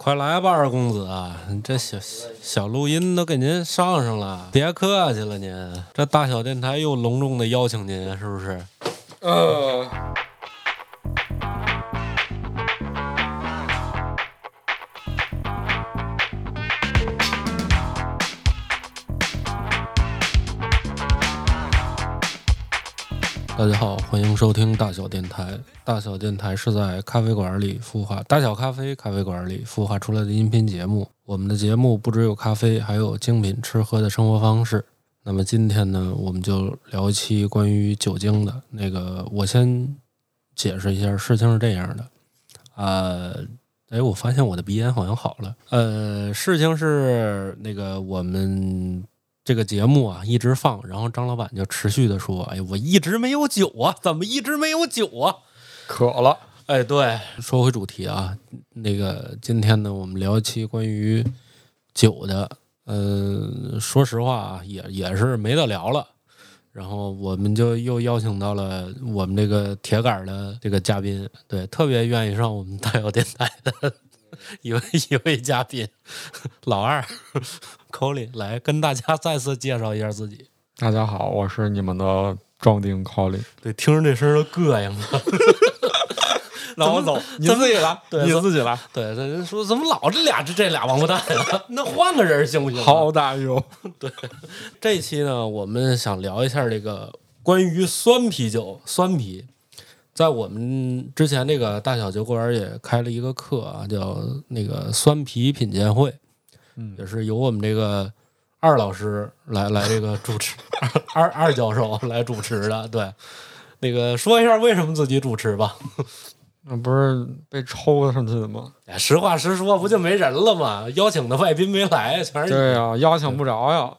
快来吧，二公子，你这小小录音都给您上上了，别客气了您。这大小电台又隆重的邀请您，是不是？呃，大家好，欢迎收听大小电台。大小电台是在咖啡馆里孵化，大小咖啡咖啡馆里孵化出来的音频节目。我们的节目不只有咖啡，还有精品吃喝的生活方式。那么今天呢，我们就聊一期关于酒精的。那个，我先解释一下，事情是这样的，呃，哎，我发现我的鼻炎好像好了。呃，事情是那个我们这个节目啊一直放，然后张老板就持续的说：“哎，我一直没有酒啊，怎么一直没有酒啊渴了，？”哎，对，说回主题啊，那个今天呢，我们聊一期关于酒的。嗯，说实话啊，也也是没得聊了。然后我们就又邀请到了我们这个铁杆儿的这个嘉宾，对，特别愿意上我们大小电台的 一位一位嘉宾，老二口里来跟大家再次介绍一下自己。大家好，我是你们的壮丁 Colin。对，听着这声儿都膈应 了。让我走，你自己来，对你咱自己来。对，这人说怎么老这俩这这俩王八蛋呀？ 那换个人行不行啊？ 好大哟，这一期呢，我们想聊一下这个关于酸啤酒，酸啤。在我们之前这个大小酒馆也开了一个课啊，叫那个酸啤品鉴会，嗯也是由我们这个二老师来来这个主持， 二二二教授来主持的。对，那个说一下为什么自己主持吧。那不是被抽上去的吗？哎实话实说，不就没人了吗？邀请的外宾没来，全是你对哎呀，邀请不着呀。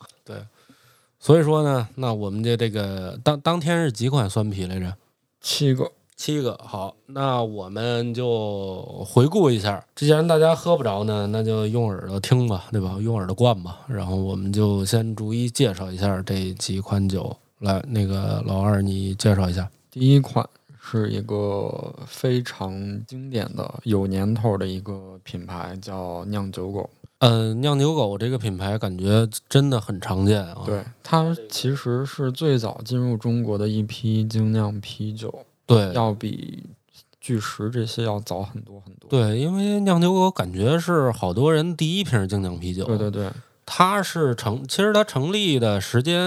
所以说呢，那我们的这个当当天是几款酸啤来着？七个，七个。好，那我们就回顾一下。既然大家喝不着呢，那就用耳朵听吧，对吧？用耳朵灌吧。然后我们就先逐一介绍一下这几款酒。来，那个老二，你介绍一下。第一款是一个非常经典的、有年头的一个品牌，叫酿酒狗。嗯、酿酒狗这个品牌感觉真的很常见啊。对，它其实是最早进入中国的一批精酿啤酒，对要比巨石这些要早很多很多。对，因为酿酒狗感觉是好多人第一瓶精酿啤酒。对对对，它是成，其实它成立的时间，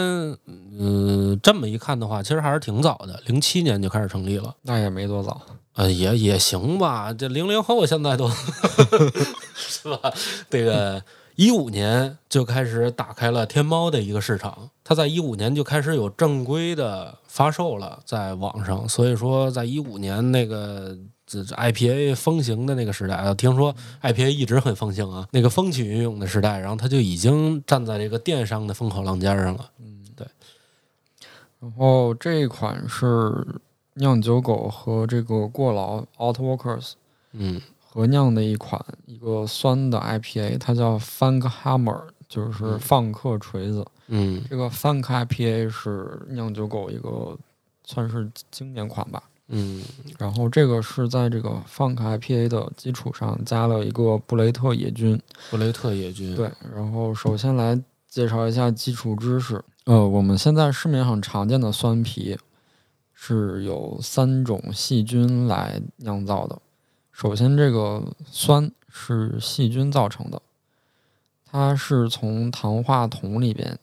嗯、这么一看的话，其实还是挺早的，零七年就开始成立了，那也没多早。呃，也也行吧，这零零后现在都 是吧？这个一五年就开始打开了天猫的一个市场，它在一五年就开始有正规的发售了，在网上，所以说在一五年那个。这这 IPA 风行的那个时代啊，听说 IPA 一直很风行啊，那个风起云涌的时代，然后它就已经站在这个电商的风口浪尖上了。然后这一款是酿酒狗和这个过劳 Outworkers 嗯，合酿的一款一个酸的 IPA，它叫 Funk Hammer，就是嗯放克锤子。嗯这个 Funk IPA 是酿酒狗一个算是经典款吧。嗯然后这个是在这个 Funk IPA 的基础上加了一个布雷特野菌，布雷特野菌，对，然后首先来介绍一下基础知识。呃，我们现在市面上常见的酸啤是由三种细菌来酿造的。首先，这个酸是细菌造成的，它是从糖化桶里边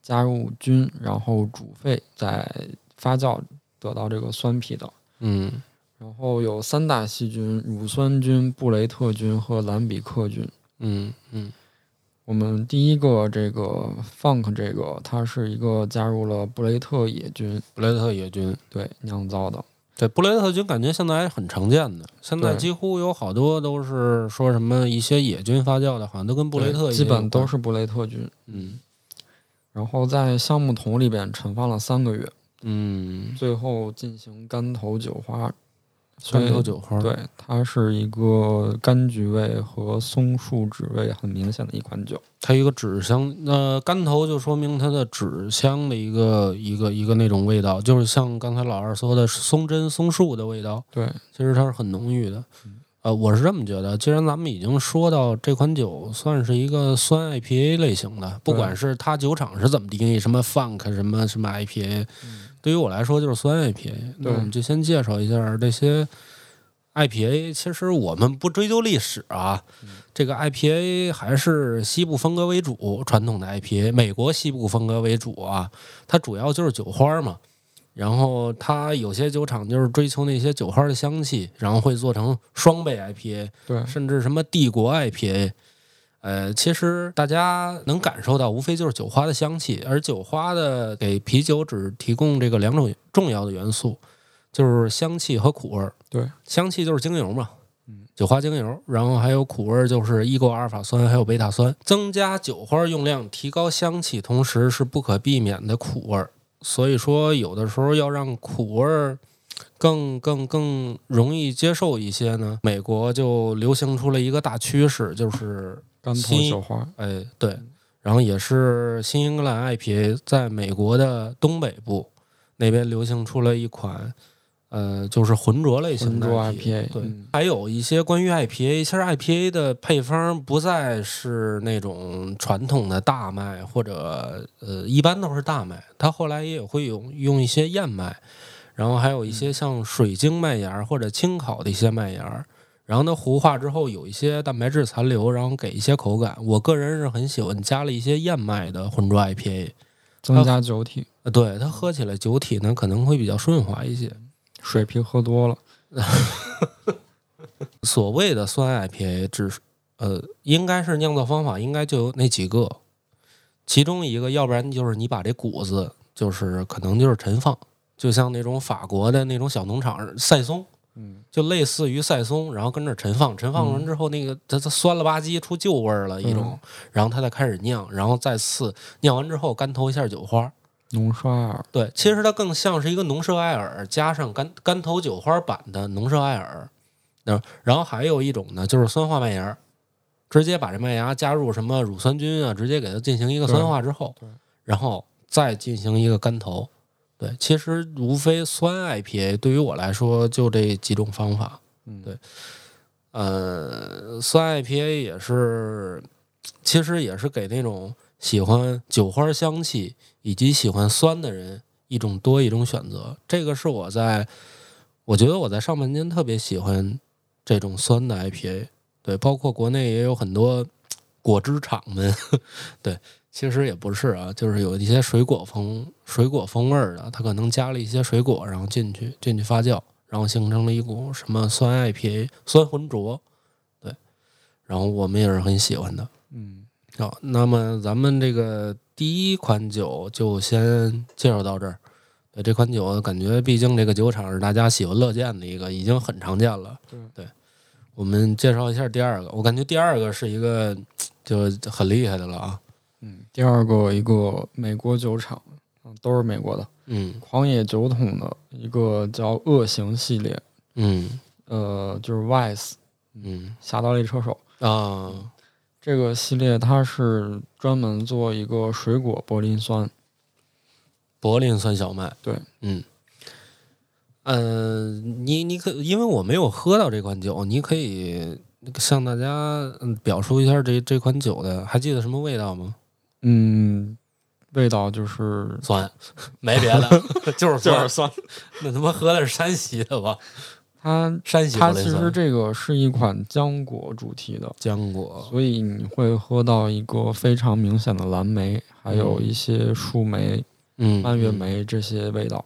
加入菌，然后煮沸再发酵得到这个酸啤的。嗯然后有三大细菌：乳酸菌、布雷特菌和兰比克菌。嗯嗯我们第一个这个 funk 这个，它是一个加入了布雷特野菌布雷特野菌，对酿造的，对，布雷特菌感觉现在还很常见的，现在对几乎有好多都是说什么一些野菌发酵的，好像都跟布雷特对也基有本都关是布雷特菌。嗯然后在橡木桶里边存放了三个月，嗯，最后进行干头酒花。所酸以头酒花，对，它是一个柑橘味和松树脂味很明显的一款酒。它一个纸香，那、干头就说明它的纸香的一个一个一个那种味道，就是像刚才老二说的松针松树的味道，对，嗯其实它是很浓郁的。呃，我是这么觉得，既然咱们已经说到这款酒算是一个酸 IPA 类型的，不对管是它酒厂是怎么定义，什么 Funk 什么什么 IPA，、对于我来说就是酸 IPA。那对我们就先介绍一下这些 IPA。其实我们不追究历史啊，这个 IPA 还是西部风格为主，传统的 IPA，美国西部风格为主啊，它主要就是酒花嘛。然后它有些酒厂就是追求那些酒花的香气，然后会做成双倍 IPA，对，甚至什么帝国 IPA。呃，其实大家能感受到，无非就是酒花的香气，而酒花的给啤酒只提供这个两种重要的元素，就是香气和苦味儿。对，香气就是精油嘛，酒花精油，然后还有苦味儿，就是异构阿尔法酸还有贝塔酸。增加酒花用量，提高香气，同时是不可避免的苦味儿。所以说，有的时候要让苦味儿更更更容易接受一些呢，美国就流行出了一个大趋势，就是干透新小花，哎对，然后也是新英格兰 IPA 在美国的东北部那边流行出了一款，呃，就是浑浊类型浑的浊 IPA IPA，对嗯，还有一些关于 IPA，其实 IPA 的配方不再是那种传统的大麦，或者呃，一般都是大麦，它后来也有会用用一些燕麦，然后还有一些像水晶麦芽或者轻烤的一些麦芽，然后呢糊化之后有一些蛋白质残留，然后给一些口感。我个人是很喜欢加了一些燕麦的浑浊 IPA，增加酒体，呃对它喝起来酒体呢可能会比较顺滑一些。水皮喝多了，所谓的酸 IPA 只是呃，应该是酿造方法应该就有那几个，其中一个，要不然就是你把这谷子就是可能就是陈放，就像那种法国的那种小农场赛松，嗯，就类似于赛松，然后跟着陈放，陈放完之后，那个它它酸了吧唧出旧味儿了一种，然后它再开始酿，然后再次酿完之后干投一下酒花，浓刷耳，对，其实它更像是一个农舍艾尔加上干干头酒花版的农舍艾尔。那然后还有一种呢，就是酸化麦芽，直接把这麦芽加入什么乳酸菌啊，直接给它进行一个酸化之后对对，然后再进行一个干头。对，其实无非酸 IPA 对于我来说就这几种方法。嗯，对呃，酸 IPA 也是，其实也是给那种喜欢酒花香气以及喜欢酸的人一种多一种选择。这个是我在，我觉得我在上半年特别喜欢这种酸的 IPA。对，包括国内也有很多果汁厂们， 对，其实也不是啊，就是有一些水果风水果风味儿的，它可能加了一些水果，然后进去进去发酵，然后形成了一股什么酸 IPA、酸浑浊，对，然后我们也是很喜欢的。嗯，好，那么咱们这个第一款酒就先介绍到这儿。对这款酒，感觉毕竟这个酒厂是大家喜闻乐见的一个，已经很常见了。对我们介绍一下第二个，我感觉第二个是一个就很厉害的了啊。嗯，第二个一个美国酒厂，嗯，都是美国的嗯狂野酒桶的一个叫恶行系列，嗯呃，就是 Vice 嗯侠盗猎车手啊这个系列，它是专门做一个水果柏林酸，柏林酸小麦，对，嗯，呃，你你可因为我没有喝到这款酒，你可以向大家嗯表述一下这这款酒的，还记得什么味道吗？嗯，味道就是酸，没别的， 就是酸。酸，那他妈喝的是山西的吧？它山西它的其实这个是一款浆果主题的，浆果，所以你会喝到一个非常明显的蓝莓，还有一些树莓、嗯，蔓越，莓这些味道。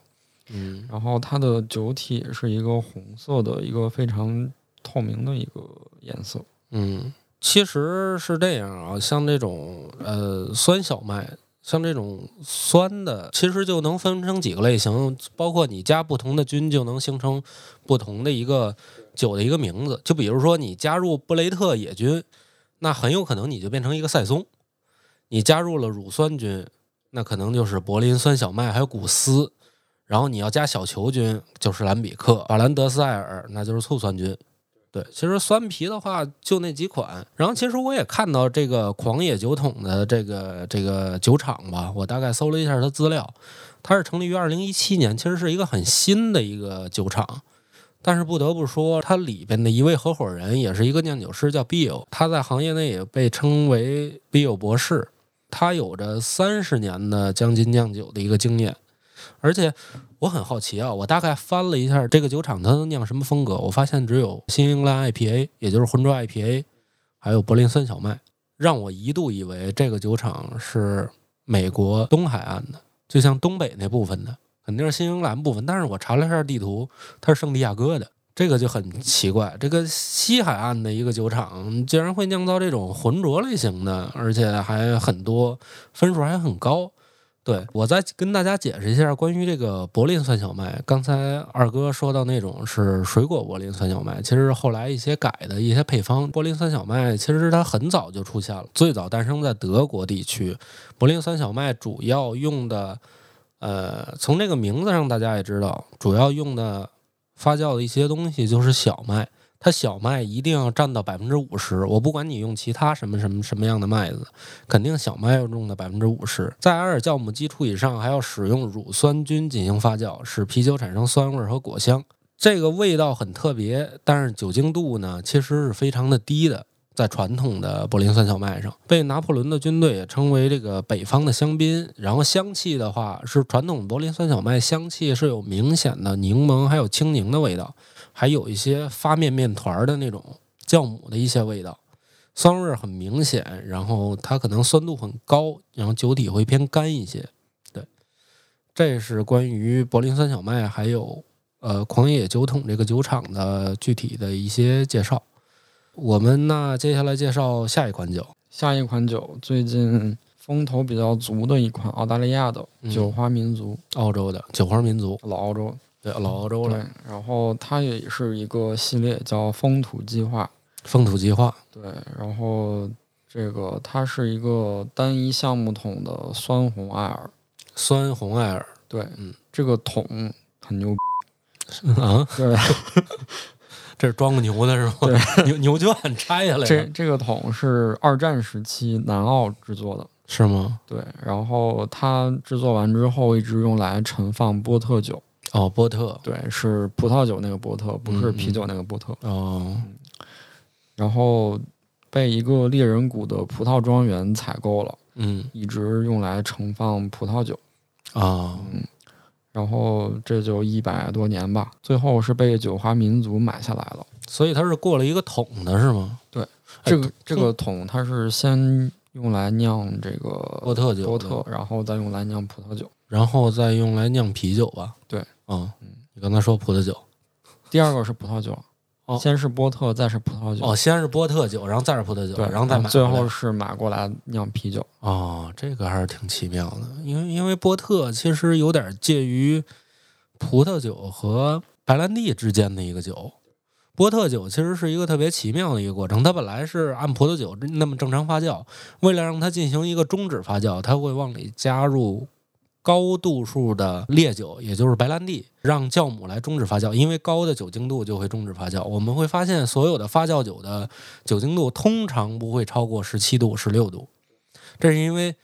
嗯然后它的酒体是一个红色的，一个非常透明的一个颜色。嗯，其实是这样啊，像这种呃酸小麦。像这种酸的，其实就能分成几个类型，包括你加不同的菌，就能形成不同的一个酒的一个名字。就比如说你加入布雷特野菌，那很有可能你就变成一个赛松；你加入了乳酸菌，那可能就是柏林酸小麦，还有古斯。然后你要加小球菌，就是兰比克；法兰德塞尔，那就是醋酸菌。对，其实酸啤的话就那几款。然后其实我也看到这个狂野酒桶的这个这个酒厂吧，我大概搜了一下它资料，它是成立于二零一七年，其实是一个很新的一个酒厂。但是不得不说，它里边的一位合伙人也是一个酿酒师，叫 Bill，他在行业内也被称为 Bill 博士。他有着三十年的将近酿酒的一个经验，而且我很好奇啊，我大概翻了一下这个酒厂它能酿什么风格，我发现只有新英格兰 IPA，也就是浑浊 IPA，还有柏林森小麦，让我一度以为这个酒厂是美国东海岸的，就像东北那部分的，肯定是新英格兰部分。但是我查了一下地图，它是圣地亚哥的，这个就很奇怪。这个西海岸的一个酒厂，竟然会酿造这种浑浊类型的，而且还很多，分数还很高。对我再跟大家解释一下关于这个柏林酸小麦。刚才二哥说到那种是水果柏林酸小麦，其实是后来一些改的一些配方。柏林酸小麦其实它很早就出现了，最早诞生在德国地区。柏林酸小麦主要用的，呃，从这个名字上大家也知道，主要用的发酵的一些东西就是小麦。它小麦一定要占到百分之五十，我不管你用其他什么什么什么样的麦子，肯定小麦要用到百分之五十。在阿尔酵母基础以上，还要使用乳酸菌进行发酵，使啤酒产生酸味和果香。这个味道很特别，但是酒精度呢，其实是非常的低的。在传统的柏林酸小麦上，被拿破仑的军队也称为这个北方的香槟。然后香气的话，是传统柏林酸小麦香气是有明显的柠檬还有青柠的味道，还有一些发面面团的那种酵母的一些味道，酸味儿很明显。然后它可能酸度很高，然后酒体会偏干一些。对，这是关于柏林酸小麦还有呃狂野酒桶这个酒厂的具体的一些介绍。我们那接下来介绍下一款酒，下一款酒最近风头比较足的一款澳大利亚的嗯酒花民族，澳洲的酒花民族，老澳洲。对，老澳洲对了，，然后它也是一个系列叫风土计划。风土计划，对，然后这个它是一个单一橡木桶的酸红艾尔。酸红艾尔对，嗯这个桶 很牛逼。啊，对，这是装个牛的是吗？ 牛牛圈拆下来这的这个桶是二战时期南澳制作的。是吗？对，然后它制作完之后，一直用来盛放波特酒。哦，波特，对，是葡萄酒那个波特，不是嗯啤酒那个波特。哦，然后被一个猎人谷的葡萄庄园采购了，嗯一直用来盛放葡萄酒。啊，然后这就一百多年吧，最后是被酒花民族买下来了。所以它是过了一个桶的是吗？对哎，这个这听个桶它是先用来酿这个波特酒，波特，，然后再用来酿葡萄酒。然后再用来酿啤酒吧？对，啊，你刚才说葡萄酒，第二个是葡萄酒，哦先是波特，再是葡萄酒。哦，先是波特酒，然后再是葡萄酒，嗯对，然后再买回最来，后是买过来酿啤酒。哦，这个还是挺奇妙的，因为因为波特其实有点介于葡萄酒和白兰地之间的一个酒。波特酒其实是一个特别奇妙的一个过程，它本来是按葡萄酒那么正常发酵，为了让它进行一个终止发酵，它会往里加入高度数的烈酒，也就是白兰地，让酵母来终止发酵，因为高的酒精度就会终止发酵。我们会发现，所有的发酵酒的酒精度通常不会超过十七度、十六度，这是因为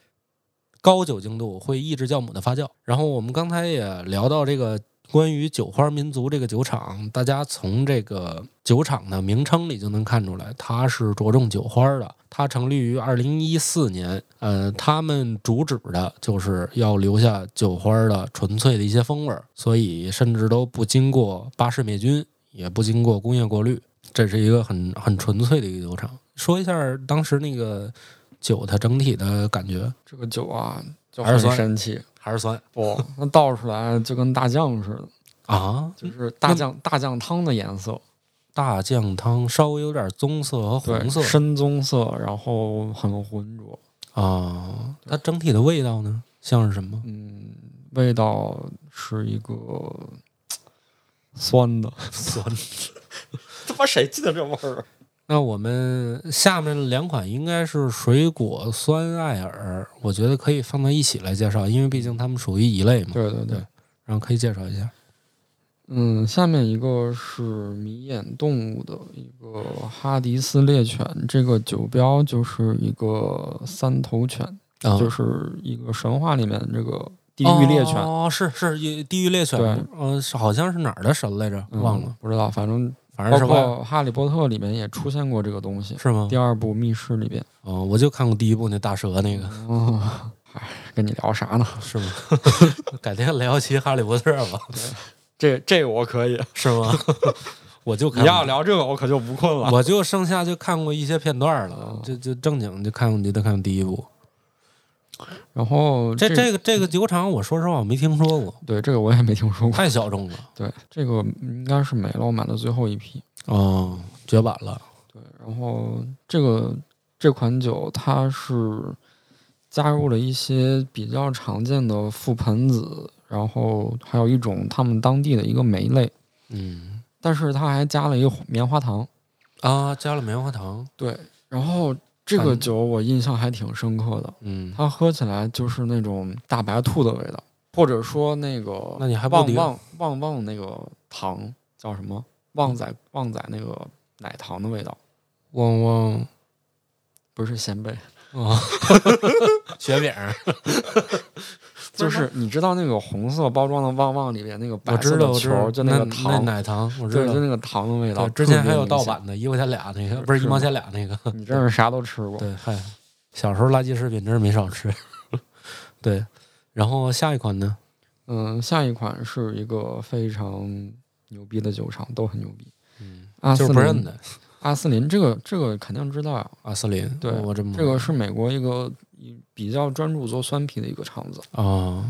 高酒精度会抑制酵母的发酵。然后我们刚才也聊到这个关于酒花民族这个酒厂，大家从这个酒厂的名称里就能看出来，它是着重酒花的。它成立于二零一四年，呃，他们主旨的就是要留下酒花的纯粹的一些风味儿，所以甚至都不经过巴氏灭菌，也不经过工业过滤，这是一个很很纯粹的一个酒厂。说一下当时那个酒它整体的感觉，这个酒啊，就还是很酸神奇。还是酸不，那倒出来就跟大酱似的，啊，就是大酱大酱汤的颜色，大酱汤稍微有点棕色和对红，色深棕色，然后很浑浊，啊，它整体的味道呢像是什么？嗯，味道是一个酸的， 酸。他妈谁记得这味儿？啊那我们下面两款应该是水果酸艾尔，我觉得可以放到一起来介绍，因为毕竟它们属于一类嘛。 对对对对，然后可以介绍一下嗯，下面一个是迷眼动物的一个哈迪斯猎犬，这个酒标就是一个三头犬，啊就是一个神话里面这个地狱猎犬，哦，是是也地狱猎犬，对嗯，是好像是哪儿的神来着，嗯忘了，不知道，反正反正包是外括《哈利波特》里面也出现过这个东西。是吗第？二部《密室》里边，哦，我就看过第一部那大蛇那个，哦，哎，跟你聊啥呢？是吗？ 改天聊期《哈利波特》吧，这这我可以，是吗？ 我就看你要聊这个，我可就不困了。我就剩下就看过一些片段了哦，就就正经就看过，你得看第一部。然后这这这个这个酒厂，我说实话我没听说过，对这个我也没听说过。太小众了，对，这个应该是没了，我买的最后一批。哦，绝版了。然后这个这款酒它是加入了一些比较常见的覆盆子，然后还有一种他们当地的一个梅类，嗯但是它还加了一个棉花糖。啊，加了棉花糖，对，然后这个酒我印象还挺深刻的，嗯，它喝起来就是那种大白兔的味道，或者说那个那你还不啊旺敌旺旺旺那个糖叫什么？旺仔旺仔那个奶糖的味道，旺旺不是鲜贝，啊，雪 饼，就不是是你知道那个红色包装的旺旺里边那个白我知色道，的我知球道，儿，就那个那糖，奶糖，我知对，道就。那个糖的味道对。之前特别还有明盗显，版的，一块钱俩那个，不是一是毛吗钱俩那个。你真是啥都吃过。对，嗨，小时候垃圾食品真是没少吃。 对，然后下一款呢？嗯，下一款是一个非常牛逼的酒厂，都很牛逼。嗯，阿就斯是不认林，的阿斯林这个这个肯定知道呀。阿斯林。哦对我这么这个是美国一个一比较专注做酸啤的一个厂子，啊，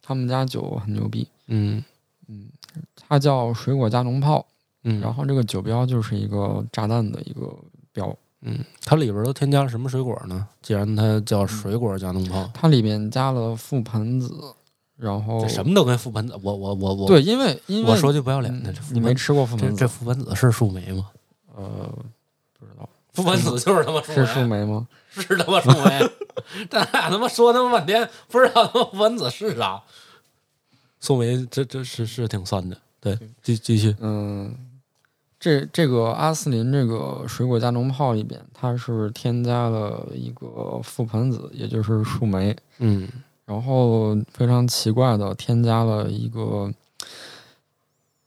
他们家酒很牛逼。嗯嗯，它叫水果加农炮，嗯，然后这个酒标就是一个炸弹的一个标，嗯，它里边都添加了什么水果呢？既然它叫嗯水果加农炮，它里面加了覆盆子，然后这什么都跟覆盆子，我我我我，哦对，因为因为我说句不要脸嗯的，这覆你没盆吃过覆这盆这子？覆盆子是树莓 吗？呃，不知道覆盆子就是他妈是树树莓吗？莓，是他妈树莓。咱俩他妈说他妈半天，不知道他妈覆盆子是啥。树莓这这是是挺酸的，对，继继续，嗯，这这个阿斯林这个水果加农炮里边，它是添加了一个覆盆子，也就是树莓，嗯然后非常奇怪的添加了一个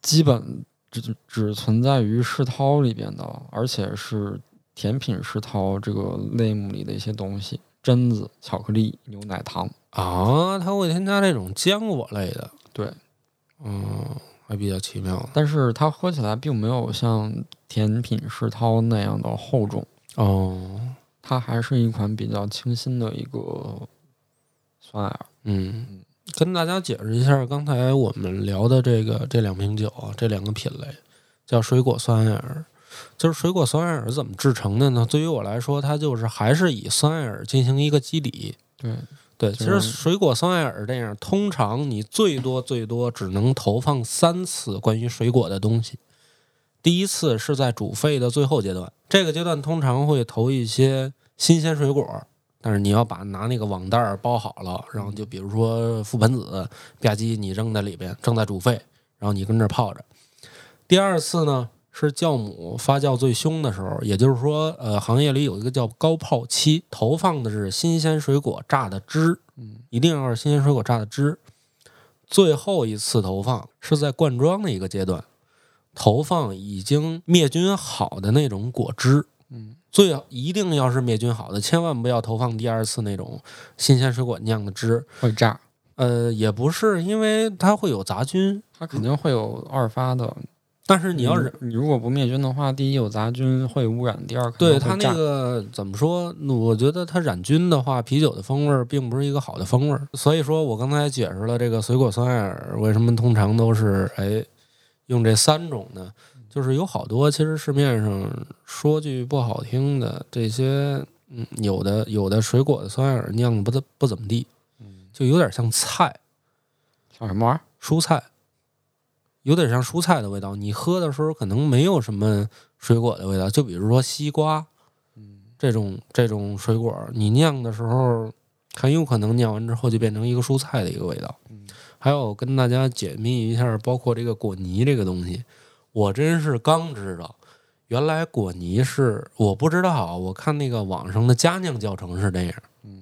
基本只只存在于世涛里边的，而且是甜品世涛这个类目里的一些东西，榛子、巧克力、牛奶糖。啊，它会添加这种坚果类的，对，嗯，还比较奇妙但是它喝起来并没有像甜品世涛那样的厚重，哦，它还是一款比较清新的一个酸啊艾尔。嗯，跟大家解释一下，刚才我们聊的这个这两瓶酒啊，这两个品类叫水果酸艾尔。就是水果酸艾尔怎么制成的呢？对于我来说，它就是还是以酸艾尔进行一个基底。对，对，其就实是水果酸艾尔这样，通常你最多最多只能投放三次关于水果的东西。第一次是在煮沸的最后阶段，这个阶段通常会投一些新鲜水果，但是你要把拿那个网袋儿包好了，然后就比如说覆盆子吧唧，你扔在里边，正在煮沸，然后你跟这儿泡着。第二次呢是酵母发酵最凶的时候，也就是说，呃，行业里有一个叫高泡期，投放的是新鲜水果榨的汁，嗯，一定要是新鲜水果榨的汁。最后一次投放是在灌装的一个阶段，投放已经灭菌好的那种果汁。嗯，最一定要是灭菌好的，千万不要投放第二次那种新鲜水果酿的汁。会炸，呃，也不是，因为它会有杂菌，它肯定会有二发的。但是你要忍。你如果不灭菌的话，第一有杂菌会污染，第二可能对会它那炸个怎么说？我觉得它染菌的话，啤酒的风味儿并不是一个好的风味儿。所以说我刚才解释了这个水果酸艾尔为什么通常都是哎用这三种呢？嗯就是有好多其实市面上说句不好听的，这些嗯有的有的水果的酸艾尔酿的不怎不怎么地，嗯就有点像菜。像什么玩意儿？蔬菜，有点像蔬菜的味道。你喝的时候可能没有什么水果的味道，就比如说西瓜，这种这种水果，你酿的时候很有可能酿完之后就变成一个蔬菜的一个味道。还有跟大家解密一下，包括这个果泥这个东西，我真是刚知道。原来果泥啊是我不知道，我看那个网上的佳酿教程是这样，嗯，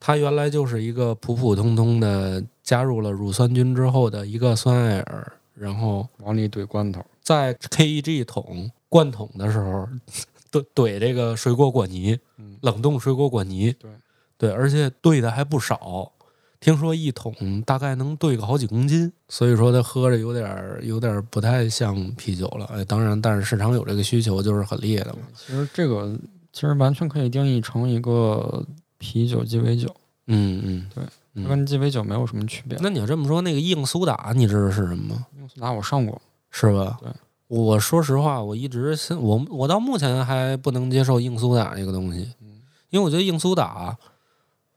它原来就是一个普普通通的加入了乳酸菌之后的一个酸艾尔，然后往里怼罐头，在 KEG 桶灌桶的时候， 怼怼这个水果果泥，嗯冷冻水果果泥，对对，而且兑的还不少，听说一桶大概能兑个好几公斤，所以说它喝着有点儿有点儿不太像啤酒了。哎，当然，但是市场有这个需求就是很厉害的嘛。其实这个其实完全可以定义成一个啤酒鸡尾酒，嗯嗯，对嗯。它跟鸡尾酒没有什么区别。那你要这么说，那个硬苏打你知道是什么吗？用苏打我上过，是吧？对我说实话，我一直现我我到目前还不能接受硬苏打这个东西，嗯因为我觉得硬苏打，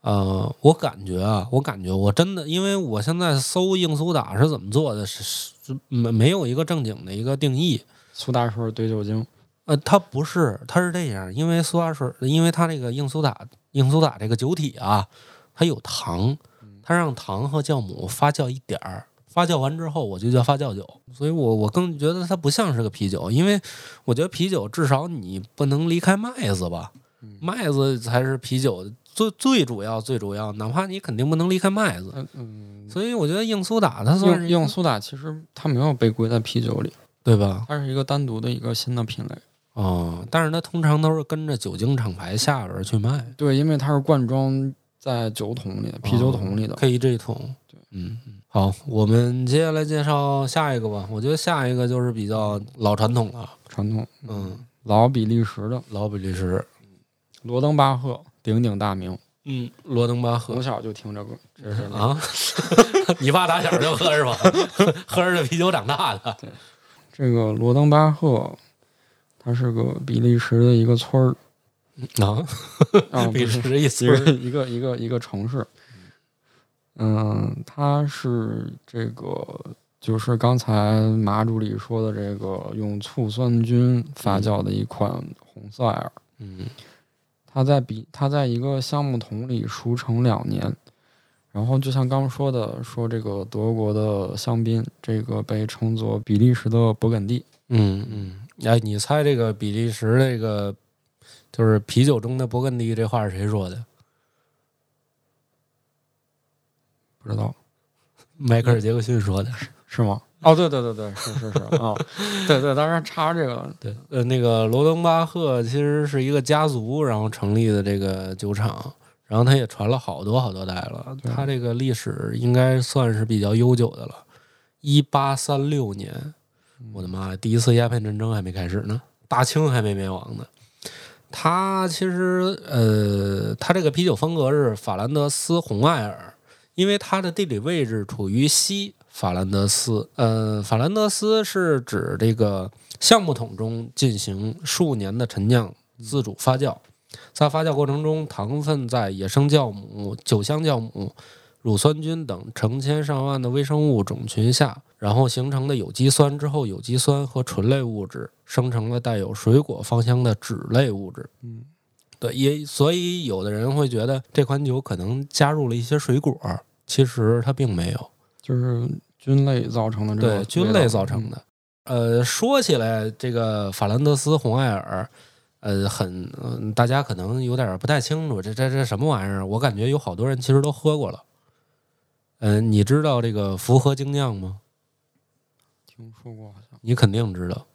呃，我感觉啊，我感觉我真的，因为我现在搜硬苏打是怎么做的，是是没没有一个正经的一个定义。苏打水兑酒精，呃，它不是，它是这样，因为苏打水，因为它那个硬苏打，硬苏打这个酒体啊，它有糖，嗯它让糖和酵母发酵一点儿，发酵完之后我就叫发酵酒，所以我我更觉得它不像是个啤酒，因为我觉得啤酒至少你不能离开麦子吧，嗯麦子才是啤酒最最主要最主要，哪怕你肯定不能离开麦子，嗯嗯，所以我觉得硬苏打它算用是用苏打其实它没有被归在啤酒里，对吧？它是一个单独的一个新的品类。哦，但是它通常都是跟着酒精厂牌下边儿去卖。对，因为它是灌装在酒桶里的，啤哦酒桶里的。 KEG 桶。对，嗯，嗯好，我们接下来介绍下一个吧。我觉得下一个就是比较老传统了，传统，嗯，老比利时的老比利时，罗登巴赫鼎鼎大名，嗯，罗登巴赫从小就听这歌，这是那啊，你爸打小就喝是吧？喝着啤酒长大的。这个罗登巴赫，它是个比利时的一个村 儿，啊，啊，比利不是时一一村个儿，一个一个一个城市。嗯，它是这个，就是刚才马助理说的这个用醋酸菌发酵的一款红色艾尔。嗯它在比它在一个橡木桶里熟成两年，然后就像刚说的，说这个德国的香槟，这个被称作比利时的勃艮第，嗯嗯，哎，你猜这个比利时这个就是啤酒中的勃艮第这话是谁说的？不知道迈克尔·杰克逊说的。是吗？哦，对对对对，是是是啊、对对，当然插这个，对，呃，那个罗登巴赫其实是一个家族，然后成立的这个酒厂，然后它也传了好多好多代了，对它这个历史应该算是比较悠久的了。一八三六年，我的妈呀，第一次鸦片战争还没开始呢，大清还没灭亡呢。它其实，呃，它这个啤酒风格是法兰德斯红艾尔，因为它的地理位置处于西法兰德斯。呃，法兰德斯是指这个橡木桶中进行数年的陈酿自主发酵，在发酵过程中，糖分在野生酵母、酒香酵母、乳酸菌等成千上万的微生物种群下，然后形成的有机酸之后，有机酸和醇类物质生成了带有水果芳香的酯类物质。嗯，对，也所以有的人会觉得这款酒可能加入了一些水果，其实它并没有。就是菌类造成的这个对，菌类造成的，的。呃，说起来，这个法兰德斯红艾尔，呃，很、嗯大家可能有点不太清楚，这这这什么玩意儿？我感觉有好多人其实都喝过了。嗯、你知道这个福和精酿吗？嗯听说过好像，你肯定知道。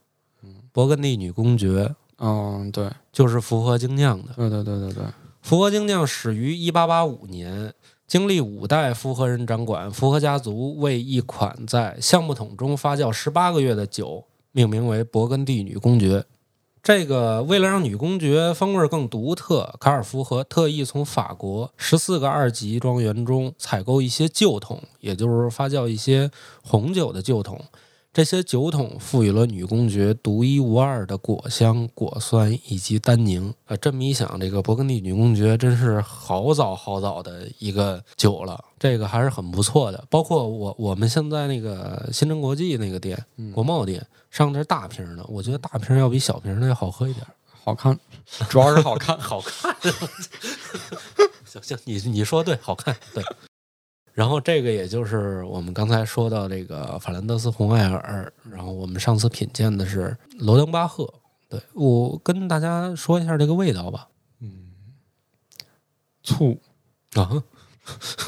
嗯勃艮第女公爵嗯，对就是福和精酿的。对对对对对，福和精酿始于一八八五年，经历五代福和人掌管，福和家族为一款在橡木桶中发酵十八个月的酒命名为勃艮第女公爵。这个为了让女公爵风味儿更独特，卡尔福和特意从法国十四个二级庄园中采购一些旧桶，也就是发酵一些红酒的旧桶。这些酒桶赋予了女公爵独一无二的果香、果酸以及单宁。呃，这么一想，这个勃艮第女公爵真是好早好早的一个酒了，这个还是很不错的。包括我我们现在那个新城国际那个店、国贸店上的是大瓶的，我觉得大瓶要比小瓶的要好喝一点。好看，主要是好看，好看。 行行，你你说对，好看对。然后这个也就是我们刚才说到这个法兰德斯红艾尔，然后我们上次品鉴的是罗登巴赫。对我跟大家说一下这个味道吧，嗯嗯，醋、啊，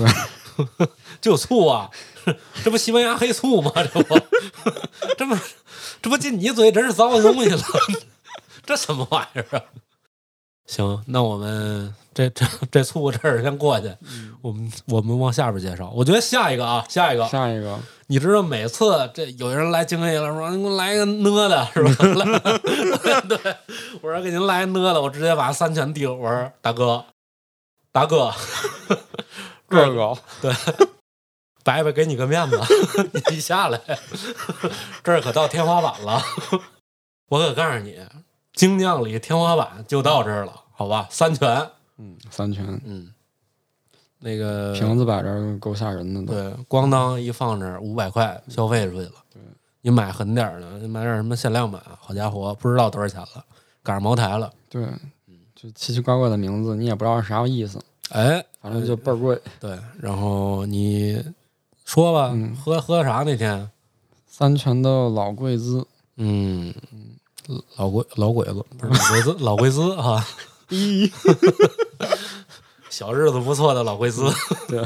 这有醋啊？ 这不西班牙黑醋吗？ 这不，这不，这不进你嘴真是糟践东西了， 这什么玩意儿啊？行，那我们这这这醋这儿先过去，我们我们往下边介绍。我觉得下一个啊，下一个，下一个，你知道每次这有人来经历了说你给我来一个呢的是吧？来对，我说给您来一呢的，我直接把三拳递给我说大哥，大哥，这个白白给你个面子， 你下来， 这儿可到天花板了。 我可告诉你，精酿里天花板就到这儿了，好吧？三拳，嗯，三拳嗯，那个瓶子摆这儿够吓人的都。对，咣当一放这儿，五百块消费出去了。你买狠点儿的，你买点什么限量版，好家伙，不知道多少钱了，赶上茅台了。对，就奇奇怪怪的名字，你也不知道是啥意思，哎，反正就倍儿贵。对，然后你说吧，嗯喝喝啥那天？三全的老贵兹，嗯，老鬼老鬼子不是老鬼子，老鬼子哈。咦， 小日子不错的老贵司，嗯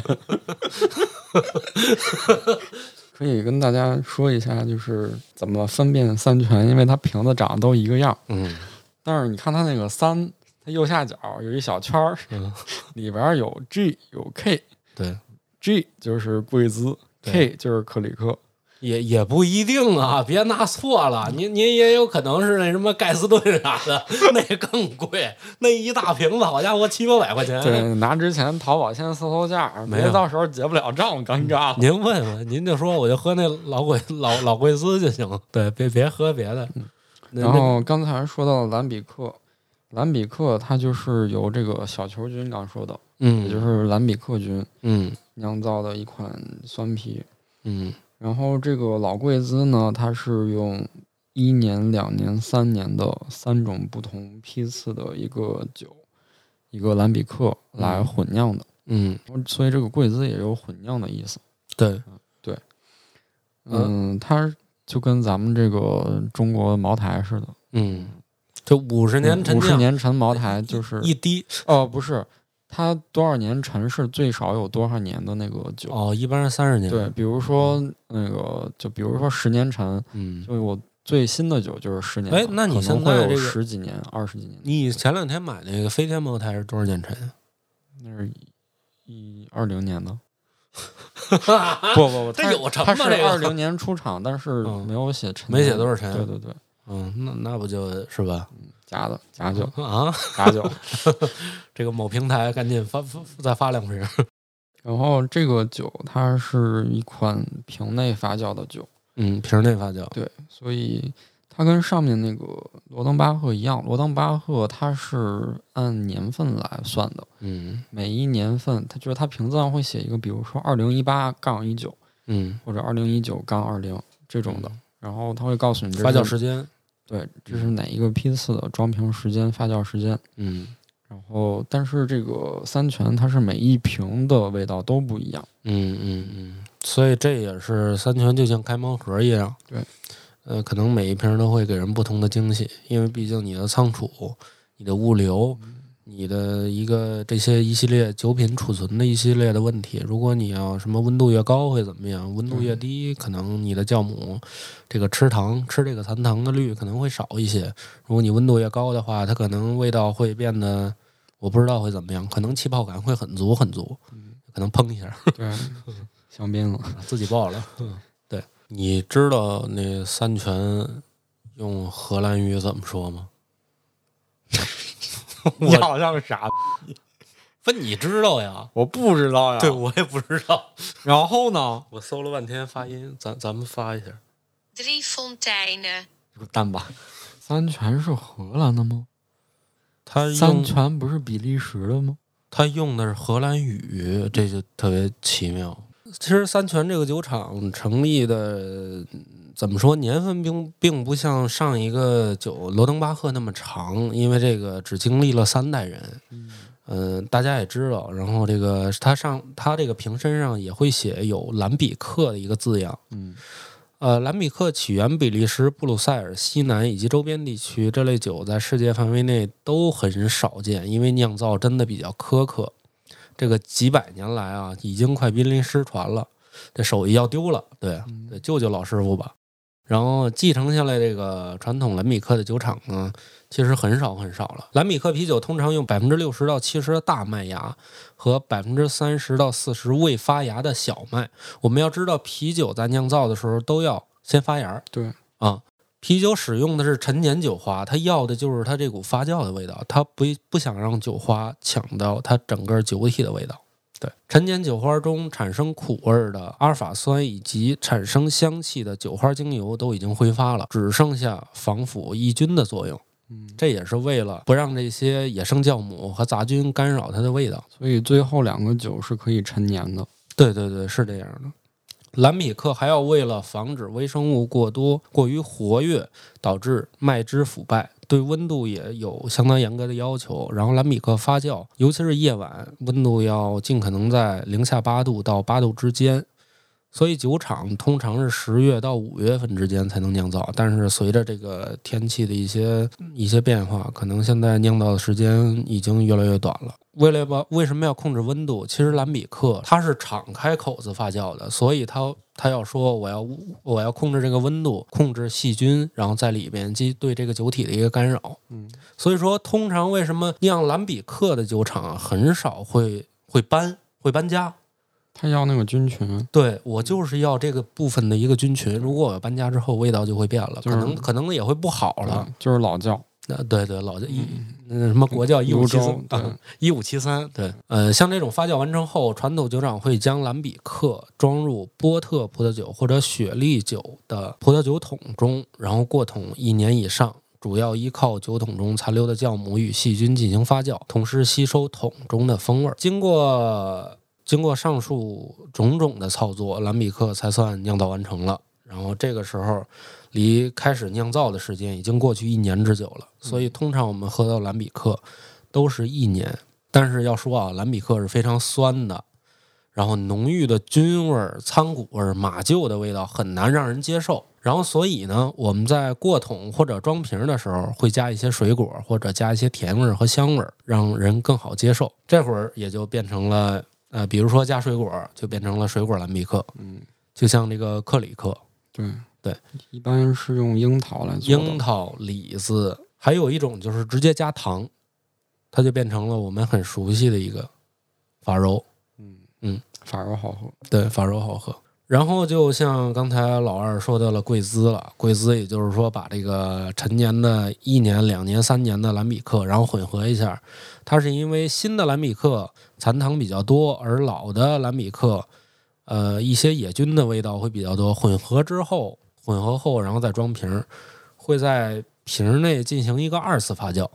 可以跟大家说一下，就是怎么分辨三全，因为它瓶子长得都一个样，嗯，但是你看它那个三，它右下角有一小圈儿，嗯里边儿有 G 有 K，G 对，就是贵兹对，K 就是克里克， 也也不一定啊，别拿错了，您您也有可能是那什么盖斯顿啥的， 那也更贵，那一大瓶子，好家伙，七八百块钱。对，拿之前淘宝先搜搜价儿，哎没别有嗯到时候结不了账，尴尬了。您问问，您就说我就喝那老鬼老老贵司就行了，对，别别喝别的。那嗯然后刚才说到蓝比克，蓝比克它就是由这个小球菌刚说的，嗯，也就是蓝比克菌嗯酿造的一款酸啤。嗯然后这个老贵兹呢，它是用一年、两年、三年的三种不同批次的一个酒，一个蓝比克来混酿的，嗯，所以这个贵兹也有混酿的意思。对，嗯，它就跟咱们这个中国茅台似的，嗯，这五十年陈五十酿年陈茅台就是一滴哦，不是，它多少年陈是最少有多少年的那个酒。哦，一般是三十年，对，，比如说那个，就比如说十年陈，嗯，就我最新的酒就是十年哎陈。那你可现能会在有这个十几年、二十几年？你前两天买那个飞天茅台是多少年陈啊？那是一二零 年的。不不不不，这它有什它么是这个二零年出厂，但是嗯没有写 陈，没写多少陈对对对，嗯，那那不就是吧？假的假酒啊，假酒。 这个某平台赶紧发发再发两瓶。然后这个酒它是一款瓶内发酵的酒。嗯，瓶内发酵。对，所以它跟上面那个罗登巴赫一样，罗登巴赫它是按年份来算的，嗯每一年份它就是它瓶子上会写一个，比如说二零一八杠一九嗯，或者二零一九杠二零这种的，然后它会告诉你这发酵是时间。对，这是哪一个批次的装瓶时间、发酵时间。嗯然后，但是这个三全它是每一瓶的味道都不一样，嗯嗯嗯，所以这也是三全就像开盲盒一样。对，呃，可能每一瓶都会给人不同的惊喜，因为毕竟你的仓储、你的物流、你的一个这些一系列酒品储存的一系列的问题，如果你要什么温度越高会怎么样，温度越低，可能你的酵母这个吃糖吃这个残糖的率可能会少一些。如果你温度越高的话，它可能味道会变得，我不知道会怎么样，可能气泡感会很足很足，可能砰一下对， 香槟了。啊自己爆了。嗯对，你知道那三全用荷兰语怎么说 吗？ 你好像傻，不，你知道呀？我不知道呀对，我也不知道。然后呢？我搜了半天发音，咱咱们发一下。 Drie fonteinen. 给我蛋吧！三全是荷兰的吗？他三呃用全不是比利时的吗？他用的是荷兰语，这就特别奇妙。其实三全这个酒厂成立的，嗯怎么说年份并并不像上一个酒罗登巴赫那么长，因为这个只经历了三代人。嗯、大家也知道，然后这个它上它这个瓶身上也会写有兰比克的一个字样。嗯，呃，兰比克起源比利时布鲁塞尔西南以及周边地区，这类酒在世界范围内都很少见，因为酿造真的比较苛刻。这个几百年来啊，已经快濒临失传了，这手艺要丢了。对，嗯对，救救老师傅吧。然后继承下来这个传统兰比克的酒厂呢，其实很少很少了。兰比克啤酒通常用百分之六十到七十的大麦芽和百分之三十到四十未发芽的小麦。我们要知道，啤酒在酿造的时候都要先发芽。对啊，啤酒使用的是陈年酒花，它要的就是它这股发酵的味道，它不不想让酒花抢到它整个酒体的味道。对，陈年酒花中产生苦味儿的阿尔法酸以及产生香气的酒花精油都已经挥发了，只剩下防腐抑菌的作用。嗯，这也是为了不让这些野生酵母和杂菌干扰它的味道。所以最后两个酒是可以陈年的。对对对，是这样的。兰比克还要为了防止微生物过多、过于活跃，导致麦汁腐败，对温度也有相当严格的要求。然后兰比克发酵，尤其是夜晚，温度要尽可能在零下八度到八度之间。所以酒厂通常是十月到五月份之间才能酿造，但是随着这个天气的一些一些变化，可能现在酿造的时间已经越来越短了。为了把为什么要控制温度？其实兰比克它是敞开口子发酵的，所以它它要说我要我要控制这个温度，控制细菌，然后在里边及对这个酒体的一个干扰。嗯，所以说，通常为什么酿兰比克的酒厂很少会会搬会搬家？他要那个菌群，对我就是要这个部分的一个菌群。如果我搬家之后，味道就会变了，就是可能可能也会不好了。对就是老窖。那对对，老一那什么国窖嗯一五泸七州三，对啊，一五七三，对，呃，像这种发酵完成后，传统酒厂会将兰比克装入波特葡萄酒或者雪莉酒的葡萄酒桶中，然后过桶一年以上。主要依靠酒桶中残留的酵母与细菌进行发酵，同时吸收桶中的风味儿。经过经过上述种种的操作，兰比克才算酿造完成了。然后这个时候，离开始酿造的时间已经过去一年之久了，所以通常我们喝到兰比克都是一年。但是要说啊，兰比克是非常酸的，然后浓郁的菌味儿、仓谷味儿、马厩的味道很难让人接受。然后所以呢，我们在过桶或者装瓶的时候，会加一些水果或者加一些甜味儿和香味儿，让人更好接受。这会儿也就变成了呃，比如说加水果，就变成了水果兰比克，嗯，就像这个克里克，对对，一般是用樱桃来做的。樱桃、李子，还有一种就是直接加糖，它就变成了我们很熟悉的一个法柔。嗯嗯，反而好喝。对，法柔好喝。然后就像刚才老二说到了贵兹了，贵兹也就是说把这个陈年的一年、两年、三年的兰比克，然后混合一下。它是因为新的兰比克残糖比较多，而老的兰比克，呃，一些野菌的味道会比较多。混合之后，混合后，然后再装瓶儿，会在瓶儿内进行一个二次发酵。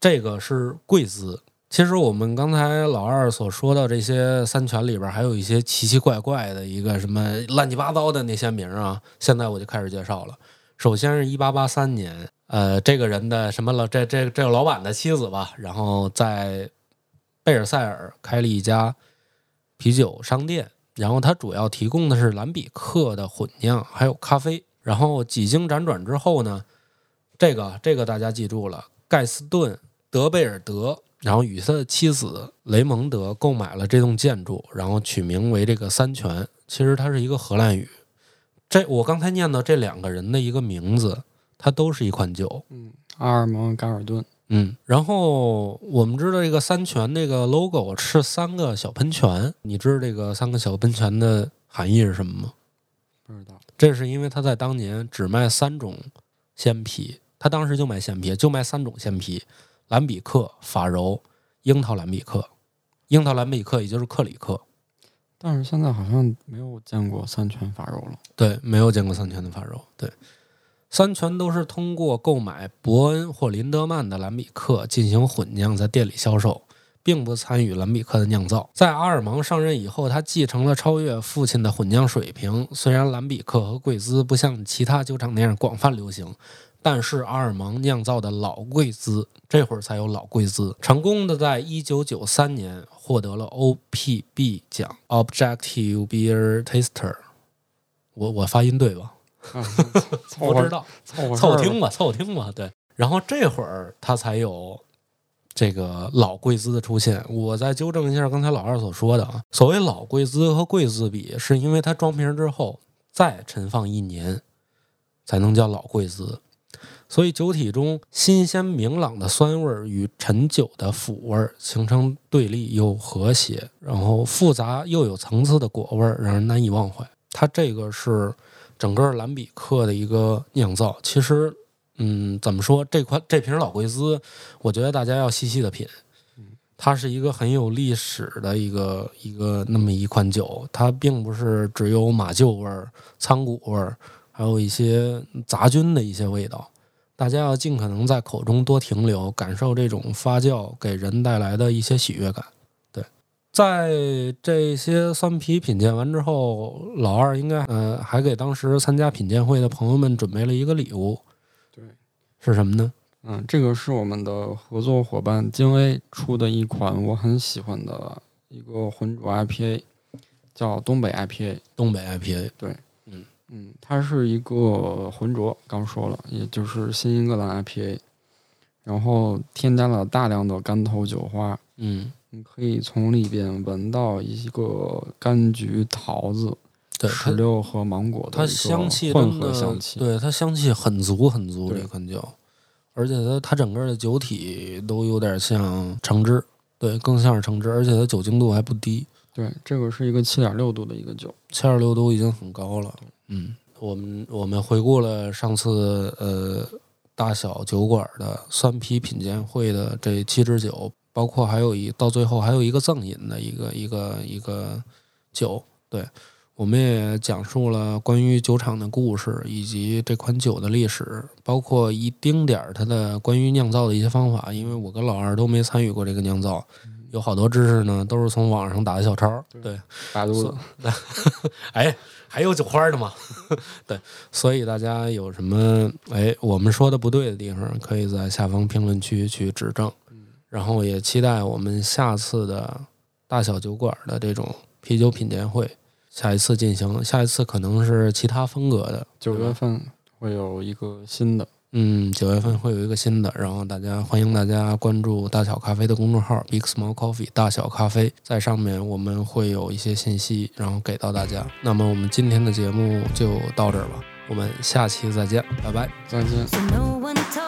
这个是贵兹。其实我们刚才老二所说的这些三全里边，还有一些奇奇怪怪的一个什么乱七八糟的那些名儿啊，现在我就开始介绍了。首先是一八八三年，呃，这个人的什么了，这这这个老板的妻子吧，然后在贝尔塞尔开了一家啤酒商店，然后它主要提供的是兰比克的混酿，还有咖啡。然后几经辗转之后呢，这个这个大家记住了，盖斯顿德贝尔德，然后与他的妻子雷蒙德购买了这栋建筑，然后取名为这个三泉。其实它是一个荷兰语。这我刚才念到这两个人的一个名字，它都是一款酒。嗯，阿尔蒙·嘎尔顿。嗯，然后我们知道这个三泉这个 logo 是三个小喷泉，你知道这个三个小喷泉的含义是什么吗？不知道，这是因为他在当年只卖三种鲜啤，他当时就卖鲜啤，就卖三种鲜啤：兰比克、法柔、樱桃兰比克。樱桃兰比克也就是克里克，但是现在好像没有见过三全法肉了。对，没有见过三全的法柔，对，三全都是通过购买伯恩或林德曼的兰比克进行混酿，在店里销售。并不参与兰比克的酿造。在阿尔芒上任以后，他继承了超越父亲的混酿水平。虽然兰比克和贵兹不像其他酒厂那样广泛流行，但是阿尔芒酿造的老贵兹，这会儿才有老贵兹，成功的在1993年获得了 OPB 奖 （Objective Beer Taster）。我我发音对吧？啊凑不知合道，凑凑合事儿吧听吧，凑听吧，对。然后这会儿他才有这个老贵兹的出现。我再纠正一下刚才老二所说的啊，所谓老贵兹和贵兹比，是因为它装瓶之后再陈放一年，才能叫老贵兹。所以酒体中新鲜明朗的酸味儿与陈酒的腐味儿形成对立又和谐，然后复杂又有层次的果味儿让人难以忘怀。它这个是整个兰比克的一个酿造。其实，嗯，怎么说这款这瓶老贵兹，我觉得大家要细细的品。它是一个很有历史的一个一个那么一款酒，它并不是只有马厩味儿、仓谷味儿，还有一些杂菌的一些味道。大家要尽可能在口中多停留，感受这种发酵给人带来的一些喜悦感。对，在这些酸啤品鉴完之后，老二应该呃还给当时参加品鉴会的朋友们准备了一个礼物，对，是什么呢？嗯，这个是我们的合作伙伴金威出的一款我很喜欢的一个浑浊 IPA，叫东北 IPA。东北 IPA，嗯，它是一个浑浊，刚说了，也就是新英格兰 IPA，然后添加了大量的干头酒花，嗯，你可以从里边闻到一个柑橘、桃子、对，石它榴和芒果的它一个香气混真合的，香气。对它香气很足很足，对这款酒，而且它它整个的酒体都有点像橙汁，对，更像是橙汁，而且它酒精度还不低。对，这个是一个七点六度的一个酒。七十六度已经很高了。嗯，我们我们回顾了上次呃大小酒馆的酸啤品鉴会的这七支酒，包括还有一到最后还有一个赠饮的一个一个一个酒，对。我们也讲述了关于酒厂的故事，以及这款酒的历史，包括一丁点儿它的关于酿造的一些方法。因为我跟老二都没参与过这个酿造，有好多知识呢都是从网上打的小抄。嗯对，百度的，哎，还有酒花的嘛？ 对，所以大家有什么哎我们说的不对的地方，可以在下方评论区去指正。然后也期待我们下次的大小酒馆的这种啤酒品鉴会，下一次进行，下一次可能是其他风格的。九月份会有一个新的。嗯，九月份会有一个新的，然后大家欢迎大家关注大小咖啡的公众号 Big Small Coffee 大小咖啡，在上面我们会有一些信息，然后给到大家。那么我们今天的节目就到这儿吧，我们下期再见，拜拜。再见。 So no one told